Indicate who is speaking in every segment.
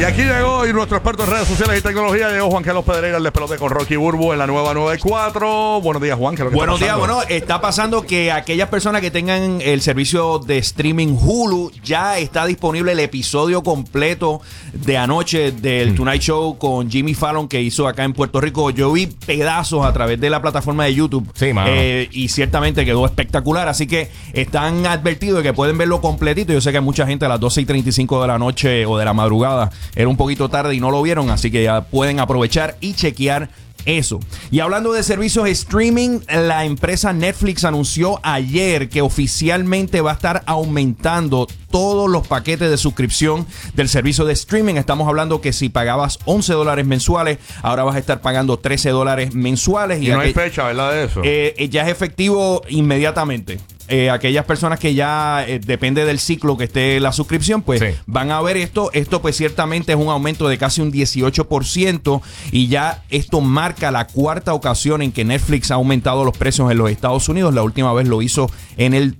Speaker 1: Y aquí llegó hoy nuestro experto en redes sociales y tecnología, llegó Juan Carlos Pedreira, el despelote con Rocky Burbu en la nueva 94. Buenos días, Juan. ¿qué es lo que
Speaker 2: Buenos
Speaker 1: está
Speaker 2: días,
Speaker 1: pasando?
Speaker 2: bueno, está pasando que aquellas personas que tengan el servicio de streaming Hulu, ya está disponible el episodio completo de anoche
Speaker 1: Mm.
Speaker 2: del Tonight Show con Jimmy Fallon que hizo acá en Puerto Rico. Yo vi pedazos a través de la plataforma de YouTube
Speaker 3: Sí, mano.
Speaker 2: Eh, y ciertamente quedó espectacular, así que están advertidos de que pueden verlo completito. Yo sé que mucha gente a las 12 y 35 de la noche o de la madrugada era un poquito tarde y no lo vieron, así que ya pueden aprovechar y chequear eso. Y hablando de servicios streaming, la empresa Netflix anunció ayer que oficialmente va a estar aumentando todos los paquetes de suscripción del servicio de streaming. Estamos hablando que si pagabas 11 dólares mensuales, ahora vas a estar pagando 13 dólares mensuales.
Speaker 1: Y no hay
Speaker 2: aquel-
Speaker 1: fecha, ¿verdad? De eso.
Speaker 2: eh, eh, ya es efectivo inmediatamente. Eh, aquellas personas que ya eh, depende del ciclo que esté la suscripción, pues
Speaker 3: Sí.
Speaker 2: van a ver esto. Esto pues ciertamente es un aumento de casi un 18% y ya esto marca la cuarta ocasión en que Netflix ha aumentado los precios en los Estados Unidos. La última vez lo hizo en el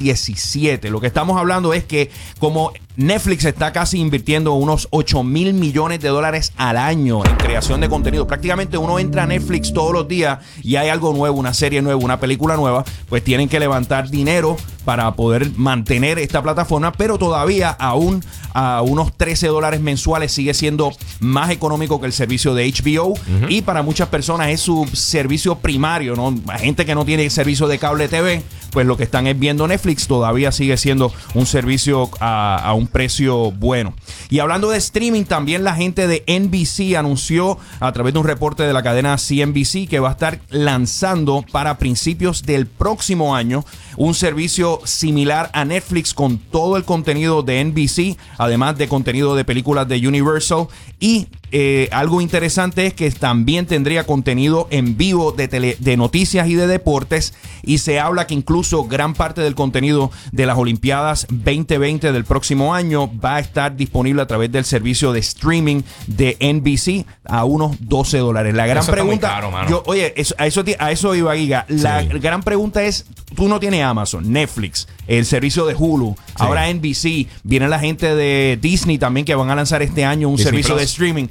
Speaker 2: 2017. Lo que estamos hablando es que como Netflix está casi invirtiendo unos 8 mil millones de dólares al año en creación de contenido. Prácticamente uno entra a Netflix todos los días y hay algo nuevo, una serie nueva, una película nueva, pues tienen que levantar dinero para poder mantener esta plataforma, pero todavía aún a unos 13 dólares mensuales sigue siendo más económico que el servicio de HBO y para muchas personas es su servicio primario, ¿no? Gente que no tiene servicio de cable TV, pues lo que están es viendo Netflix todavía sigue siendo un servicio a, a un precio bueno. Y hablando de streaming, también la gente de NBC anunció a través de un reporte de la cadena CNBC que va a estar lanzando para principios del próximo año un servicio similar a Netflix con todo el contenido de NBC, además de contenido de películas de Universal. Y eh, algo interesante es que también tendría contenido en vivo de, tele- de noticias y de deportes. Y se habla que incluso gran parte del contenido de las Olimpiadas 2020 del próximo año va a estar disponible a través del servicio de streaming de NBC a unos 12 dólares. La gran
Speaker 3: Eso está muy
Speaker 2: pregunta,
Speaker 3: caro, mano.
Speaker 2: yo- oye, eso- a, eso, ti- a eso iba Giga. La
Speaker 3: Sí.
Speaker 2: gran pregunta es, tú no tienes Amazon, Netflix, el servicio de Hulu, ahora NBC, viene la gente de Disney también que van a lanzar este año un
Speaker 3: Disney
Speaker 2: servicio
Speaker 3: Plus.
Speaker 2: de streaming.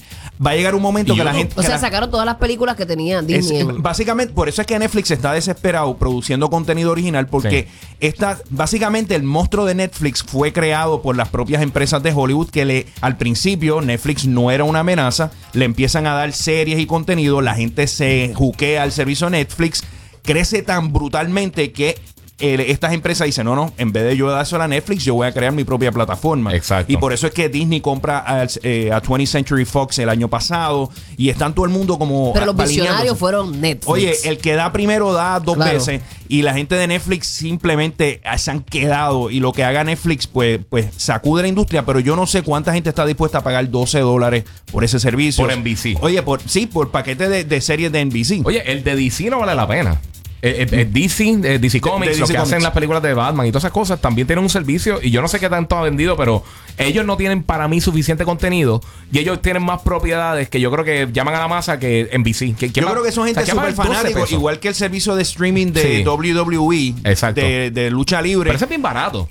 Speaker 2: Va a llegar un momento
Speaker 3: Y
Speaker 2: que la
Speaker 3: YouTube.
Speaker 2: gente...
Speaker 4: O
Speaker 2: que
Speaker 4: sea,
Speaker 2: la-
Speaker 4: sacaron todas las películas que tenían
Speaker 2: es-
Speaker 4: Disney.
Speaker 2: básicamente, por eso es que Netflix está desesperado produciendo contenido original, porque esta, básicamente el monstruo de Netflix fue creado por las propias empresas de Hollywood que le, al principio Netflix no era una amenaza, le empiezan a dar series y contenido, la gente se juquea al servicio Netflix, crece tan brutalmente que eh, estas empresas dicen, no, no, en vez de yo dar eso a Netflix, yo voy a crear mi propia plataforma.
Speaker 3: Exacto.
Speaker 2: Y por eso es que Disney compra al- eh, a, 20th Century Fox el año pasado y están todo el mundo como...
Speaker 4: Pero los
Speaker 2: alineándose.
Speaker 4: visionarios fueron Netflix.
Speaker 2: Oye, el que da primero da dos
Speaker 4: Claro.
Speaker 2: veces y la gente de Netflix simplemente ah, se han quedado y lo que haga Netflix pues, pues sacude la industria, pero yo no sé cuánta gente está dispuesta a pagar 12 dólares por ese servicio.
Speaker 3: Por NBC.
Speaker 2: Oye, por, sí, por paquete de, de series de NBC.
Speaker 3: Oye, el de DC no vale la pena. El, el- el DC, eh, DC Comics,
Speaker 2: de
Speaker 3: los
Speaker 2: DC
Speaker 3: que hacen
Speaker 2: Comics.
Speaker 3: las películas de Batman y todas esas cosas, también tienen un servicio. Y yo no sé qué tanto ha vendido, pero ellos no tienen para mí suficiente contenido. Y ellos tienen más propiedades que yo creo que llaman a la masa que en BC. Que,
Speaker 2: yo creo que son gente súper fanática, igual que el servicio de streaming de
Speaker 3: Sí.
Speaker 2: WWE,
Speaker 3: Exacto.
Speaker 2: De, de lucha libre.
Speaker 3: Pero ese es bien barato.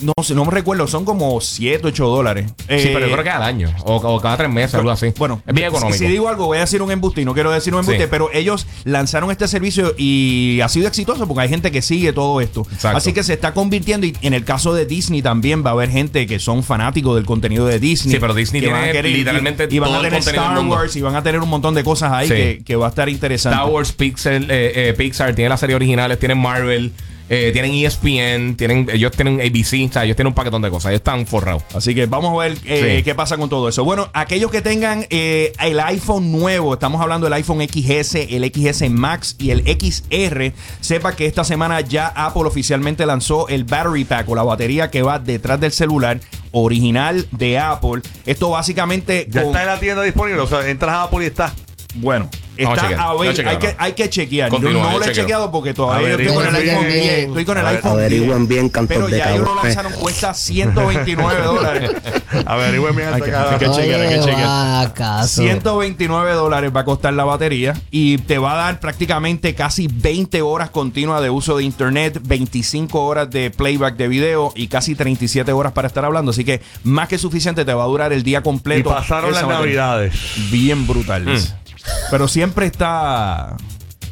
Speaker 2: No sé, no me recuerdo, son como 7, 8 dólares.
Speaker 3: Sí,
Speaker 2: Eh,
Speaker 3: pero yo creo que al año. O, o cada tres meses, algo así.
Speaker 2: Bueno,
Speaker 3: es bien económico.
Speaker 2: Si, si digo algo, voy a decir un embuste y no quiero decir un embuste,
Speaker 3: Sí.
Speaker 2: pero ellos lanzaron este servicio y ha sido exitoso porque hay gente que sigue todo esto.
Speaker 3: Exacto.
Speaker 2: Así que se está convirtiendo y en el caso de Disney también va a haber gente que son fanáticos del contenido de Disney.
Speaker 3: Sí, pero Disney
Speaker 2: que van
Speaker 3: tiene
Speaker 2: a querer-
Speaker 3: literalmente
Speaker 2: y, y van a
Speaker 3: todo el
Speaker 2: tener
Speaker 3: contenido del
Speaker 2: Star
Speaker 3: mundo.
Speaker 2: Wars y van a tener un montón de cosas ahí
Speaker 3: Sí.
Speaker 2: que, que va a estar interesante.
Speaker 3: Star Wars, Pixel, eh, eh, Pixar, tiene las series originales, tienen Marvel, eh, tienen ESPN, tienen, ellos tienen ABC, o sea, ellos tienen un paquetón de cosas, ellos están forrados.
Speaker 2: Así que vamos a ver eh,
Speaker 3: Sí.
Speaker 2: qué pasa con todo eso. Bueno, aquellos que tengan eh, el iPhone nuevo, estamos hablando del iPhone XS, el XS Max y el XR, sepa que esta semana ya Apple oficialmente lanzó el battery pack o la batería que va detrás del celular original de Apple. Esto básicamente...
Speaker 1: Ya
Speaker 2: con-
Speaker 1: está en la tienda disponible. O sea, entras a Apple y está.
Speaker 2: bueno,
Speaker 3: Vamos a
Speaker 2: Está a
Speaker 3: chequear.
Speaker 2: ver,
Speaker 3: Vamos a chequear,
Speaker 2: hay, que,
Speaker 3: no.
Speaker 2: hay que chequear. Yo
Speaker 3: Continúa,
Speaker 2: no
Speaker 3: yo
Speaker 2: lo he
Speaker 3: chequeo.
Speaker 2: chequeado porque todavía estoy con el
Speaker 4: Averigüen
Speaker 2: iPhone
Speaker 4: bien.
Speaker 2: 10. Estoy con el
Speaker 5: Aver-
Speaker 2: iPhone 10.
Speaker 5: averigüen bien, cantos
Speaker 2: Pero
Speaker 5: de
Speaker 2: ya ellos lo
Speaker 5: cabrones.
Speaker 2: lanzaron, cuesta 129 dólares.
Speaker 1: Averigüen bien hasta acá.
Speaker 4: Oye,
Speaker 6: chequear, hay que chequear.
Speaker 4: vacazo.
Speaker 2: 129 dólares va a costar la batería y te va a dar prácticamente casi 20 horas continuas de uso de internet, 25 horas de playback de video y casi 37 horas para estar hablando. Así que más que suficiente te va a durar el día
Speaker 1: Y
Speaker 2: completo.
Speaker 1: pasaron
Speaker 2: esa
Speaker 1: las
Speaker 2: batería.
Speaker 1: navidades.
Speaker 2: Bien
Speaker 3: Mm.
Speaker 2: brutales. Pero siempre está...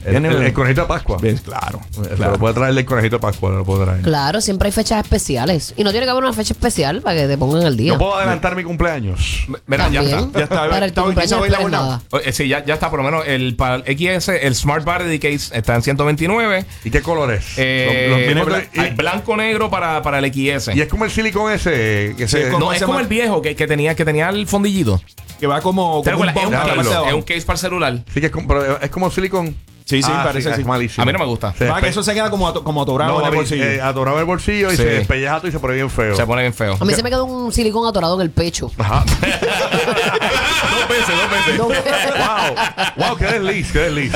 Speaker 1: El, el, el conejito de Pascua.
Speaker 2: Ves, claro,
Speaker 1: Pero
Speaker 2: claro.
Speaker 1: puede traerle el conejito de Pascua, lo puedo traer.
Speaker 4: Claro, siempre hay fechas especiales. Y no tiene que haber una fecha especial para que te pongan al día.
Speaker 1: Yo puedo adelantar mi cumpleaños.
Speaker 3: Mira, ya
Speaker 4: También.
Speaker 3: está.
Speaker 2: Ya está,
Speaker 4: Para el
Speaker 2: está-
Speaker 4: cumpleaños
Speaker 2: esa
Speaker 4: no
Speaker 2: baila
Speaker 4: esperes
Speaker 2: una-
Speaker 4: nada.
Speaker 3: Eh, sí, ya, ya está, por lo menos el para el XS, el Smart Battery Case está en 129.
Speaker 1: ¿Y qué colores?
Speaker 3: Eh,
Speaker 1: Los- los tiene-
Speaker 3: bla-
Speaker 1: y-
Speaker 3: hay blanco negro para, para el XS.
Speaker 1: y es como el silicón ese. Que se,
Speaker 3: no, es
Speaker 2: ese
Speaker 3: como
Speaker 2: man-
Speaker 3: el viejo que, que tenía, que tenía el fondillito.
Speaker 2: Que va como,
Speaker 3: ¿Te
Speaker 2: como un
Speaker 3: acuerdas?
Speaker 2: bump
Speaker 3: Es un
Speaker 1: bumper,
Speaker 2: a
Speaker 3: case,
Speaker 2: la parte de
Speaker 3: es
Speaker 2: abajo.
Speaker 3: un case para el celular.
Speaker 1: sí, que es como, pero es como silicón. Ah,
Speaker 2: Sí, sí, parece
Speaker 1: es
Speaker 2: así.
Speaker 1: malísimo.
Speaker 3: A mí no me gusta.
Speaker 1: Se
Speaker 2: Va, Ah, que
Speaker 1: despe-
Speaker 2: eso se queda como, ato- como atorado
Speaker 1: no,
Speaker 2: en el bolsillo.
Speaker 1: eh, atoraba el bolsillo y
Speaker 3: Sí.
Speaker 1: se despelleja todo y se pone bien feo.
Speaker 3: Se pone bien feo.
Speaker 4: A mí se me quedó un silicón atorado en el pecho.
Speaker 3: dos veces, dos veces.
Speaker 4: No.
Speaker 1: wow, wow, qué desliz, qué desliz.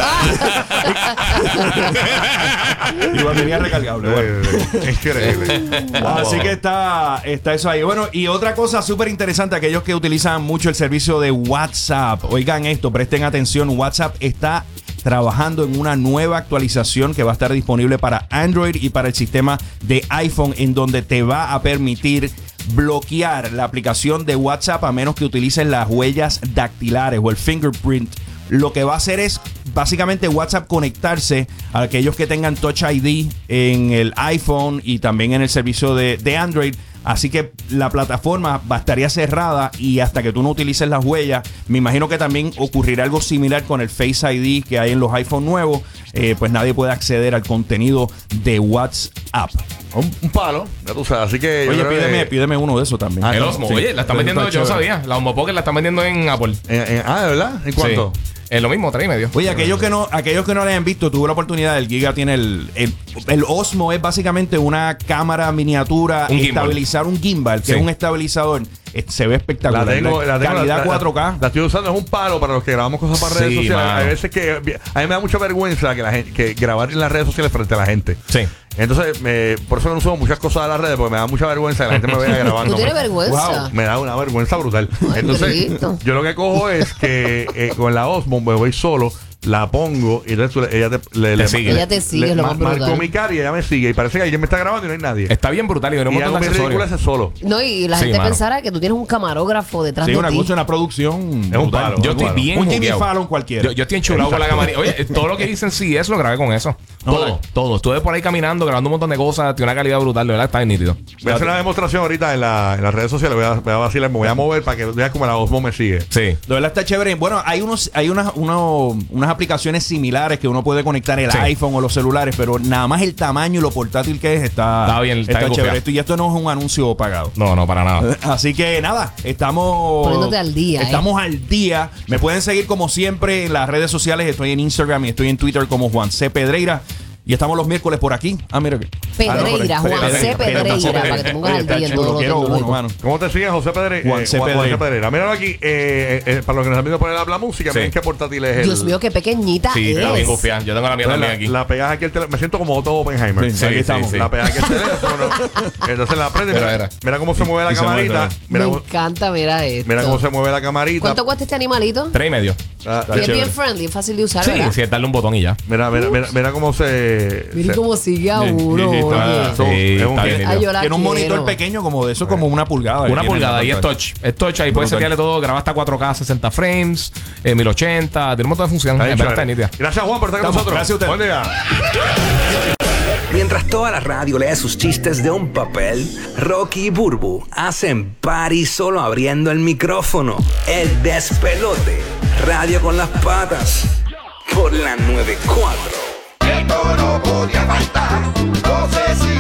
Speaker 2: y batería recargable.
Speaker 1: eh,
Speaker 2: bueno.
Speaker 1: es increíble.
Speaker 2: Así que está, está eso ahí. Bueno, y otra cosa súper interesante, aquellos que utilizan mucho el servicio de WhatsApp. Oigan esto, presten atención, WhatsApp está trabajando en una nueva actualización que va a estar disponible para Android y para el sistema de iPhone, en donde te va a permitir bloquear la aplicación de WhatsApp a menos que utilicen las huellas dactilares o el fingerprint lo que va a hacer es básicamente WhatsApp conectarse a aquellos que tengan Touch ID en el iPhone y también en el servicio de, de Android. Así que la plataforma va- estaría cerrada y hasta que tú no utilices las huellas, me imagino que también ocurrirá algo similar con el Face ID que hay en los iPhone nuevos, eh, pues nadie puede acceder al contenido de WhatsApp.
Speaker 1: un, un palo, ya tú sabes. Así que. yo
Speaker 2: Oye,
Speaker 1: creo que-
Speaker 2: pídeme, pídeme uno de esos también.
Speaker 1: Ah,
Speaker 3: El
Speaker 1: no,
Speaker 3: Osmo,
Speaker 1: sí.
Speaker 3: oye, la están
Speaker 1: Eso
Speaker 3: vendiendo,
Speaker 1: está
Speaker 3: yo no
Speaker 1: chévere.
Speaker 3: sabía. La Osmo Pocket la están vendiendo en Apple.
Speaker 1: En- en- ah, ¿de verdad? ¿En cuánto?
Speaker 3: Sí. Es lo mismo, tres y medio.
Speaker 2: Oye, aquellos que no, aquellos que no le han visto, tuve la oportunidad, el Giga tiene el, el, el Osmo es básicamente una cámara miniatura,
Speaker 3: Un gimbal.
Speaker 2: estabilizar un gimbal, que
Speaker 3: Sí.
Speaker 2: es un estabilizador, Eh, se ve
Speaker 1: La
Speaker 2: espectacular.
Speaker 1: tengo, la tengo. la- la-
Speaker 2: calidad 4K.
Speaker 1: La estoy usando, es un palo para los que grabamos cosas para redes
Speaker 3: Sí,
Speaker 1: sociales.
Speaker 3: mano.
Speaker 1: Hay veces que. A mí me da mucha vergüenza que la gente, que grabar en las redes sociales frente a la gente.
Speaker 3: Sí.
Speaker 1: Entonces, me- por eso no uso muchas cosas de las redes, porque me da mucha vergüenza que la gente me vea grabando.
Speaker 4: Tú tienes vergüenza.
Speaker 1: me da una vergüenza brutal. Entonces,
Speaker 4: Cristo.
Speaker 1: yo lo que cojo es que eh, con la Osmo me voy solo, la pongo y entonces tú le- ella te, le, le-
Speaker 3: sigue.
Speaker 1: le-
Speaker 4: Ella te sigue,
Speaker 1: le-
Speaker 4: es lo más brutal.
Speaker 1: Marco mi cara y ella me sigue. Y parece que alguien me está grabando y no hay nadie.
Speaker 3: Está bien brutal y no
Speaker 1: y hago
Speaker 3: montón de
Speaker 1: mis
Speaker 3: accesorios.
Speaker 1: ridículas solo.
Speaker 4: No, y la
Speaker 3: Sí,
Speaker 4: gente
Speaker 3: mano.
Speaker 4: pensará que tú tienes un camarógrafo detrás
Speaker 2: Sí,
Speaker 4: de
Speaker 2: una
Speaker 4: ti.
Speaker 2: cosa, una producción.
Speaker 1: Es un
Speaker 2: brutal.
Speaker 1: palo.
Speaker 3: Yo estoy
Speaker 1: Bueno,
Speaker 3: bien
Speaker 2: un Jimmy
Speaker 3: jugueado.
Speaker 2: Fallon cualquiera.
Speaker 3: Yo, yo estoy enchulado con la camarita. Oye, todo lo que dicen sí es lo grabé con eso.
Speaker 2: No,
Speaker 3: todo,
Speaker 2: la-
Speaker 3: todo. Estuve por ahí caminando, grabando un montón de cosas. Tiene una calidad brutal, de verdad, está bien nítido.
Speaker 1: Voy a hacer una demostración ahorita en, la- en las redes sociales. Voy a, voy a vacilar, me voy a mover para que veas como la Osmo me sigue.
Speaker 3: Sí.
Speaker 2: De verdad está chévere. Bueno, hay unos, hay unas, uno- unas aplicaciones similares que uno puede conectar el
Speaker 3: Sí.
Speaker 2: iPhone o los celulares, pero nada más el tamaño y lo portátil que es está,
Speaker 3: Está bien, está bien
Speaker 2: chévere.
Speaker 3: gufiado.
Speaker 2: Esto, y esto no es un anuncio pagado.
Speaker 3: No, no, para nada.
Speaker 2: Así que nada, estamos.
Speaker 4: Poniéndote al día, ¿eh?
Speaker 2: Estamos al día. Me pueden seguir como siempre en las redes sociales. Estoy en Instagram y estoy en Twitter como Juan C. Pedreira. Y estamos los miércoles por aquí. Ah, mira que.
Speaker 4: Pedreira,
Speaker 2: Ah, no, por-
Speaker 4: Juan C. Pedreira, para que te pongas
Speaker 2: Oye,
Speaker 4: al
Speaker 2: está
Speaker 4: día en
Speaker 2: chulo,
Speaker 4: todo lo
Speaker 2: quiero uno,
Speaker 4: tecnológico.
Speaker 2: mano.
Speaker 1: ¿Cómo te sigues, José Pedre? Eh,
Speaker 2: Juan C.
Speaker 1: Juan- Juan
Speaker 2: Pedreira.
Speaker 1: C. Pedreira. Míralo aquí, eh, eh, para los que nos están viendo por el habla música,
Speaker 3: Sí.
Speaker 1: miren qué portátil es el-
Speaker 4: Dios mío, qué pequeñita
Speaker 3: Sí, está bien
Speaker 4: es.
Speaker 3: confiada. Yo tengo Pues la mía también
Speaker 1: la,
Speaker 3: aquí.
Speaker 1: la pegas aquí el teléfono. Me siento como Otto Oppenheimer.
Speaker 2: Sí, sí, aquí estamos.
Speaker 1: La pegas aquí el teléfono. Entonces la prende.
Speaker 3: Mira,
Speaker 1: Mira,
Speaker 3: mira.
Speaker 1: mira cómo se mueve la
Speaker 2: y se mueve,
Speaker 1: camarita.
Speaker 2: mira.
Speaker 1: Mira,
Speaker 4: Me
Speaker 1: cómo-
Speaker 4: encanta, mira esto.
Speaker 1: mira cómo se mueve la camarita.
Speaker 4: ¿Cuánto cuesta este animalito?
Speaker 3: Tres y medio.
Speaker 1: Ah,
Speaker 4: Y es
Speaker 1: chévere.
Speaker 4: bien friendly, es fácil de usar,
Speaker 3: Sí,
Speaker 4: ¿verdad?
Speaker 3: sí, es darle un botón y ya.
Speaker 1: Mira, mira, mira, mira cómo se.
Speaker 4: Miren
Speaker 1: se-
Speaker 4: cómo sigue a
Speaker 2: Sí, sí,
Speaker 4: uno.
Speaker 2: sí, está-
Speaker 4: oye.
Speaker 1: son-
Speaker 3: Sí,
Speaker 1: es un-
Speaker 3: está bien nítido.
Speaker 4: Ay, yo la
Speaker 2: Tiene un monitor
Speaker 4: quiero.
Speaker 2: pequeño como de eso, como una pulgada.
Speaker 3: Una
Speaker 2: Tiene
Speaker 3: pulgada
Speaker 2: la
Speaker 3: y es
Speaker 2: pantalla.
Speaker 3: touch. Es touch. Ahí
Speaker 2: Brutal.
Speaker 3: puedes setearle todo. Graba hasta 4K, 60 frames, eh, 1080. Tiene un montón de funciones.
Speaker 1: está
Speaker 3: En
Speaker 1: bien
Speaker 3: verdad está
Speaker 1: chévere.
Speaker 3: nítida.
Speaker 1: Gracias, Juan, por estar con
Speaker 2: Estamos-
Speaker 1: nosotros.
Speaker 2: gracias a usted.
Speaker 1: Buen día.
Speaker 7: Mientras toda la radio lee sus chistes de un papel, Rocky y Burbu hacen party solo abriendo el micrófono. El despelote. Radio con las patas. Por la 94.
Speaker 8: esto no podía faltar. No sé si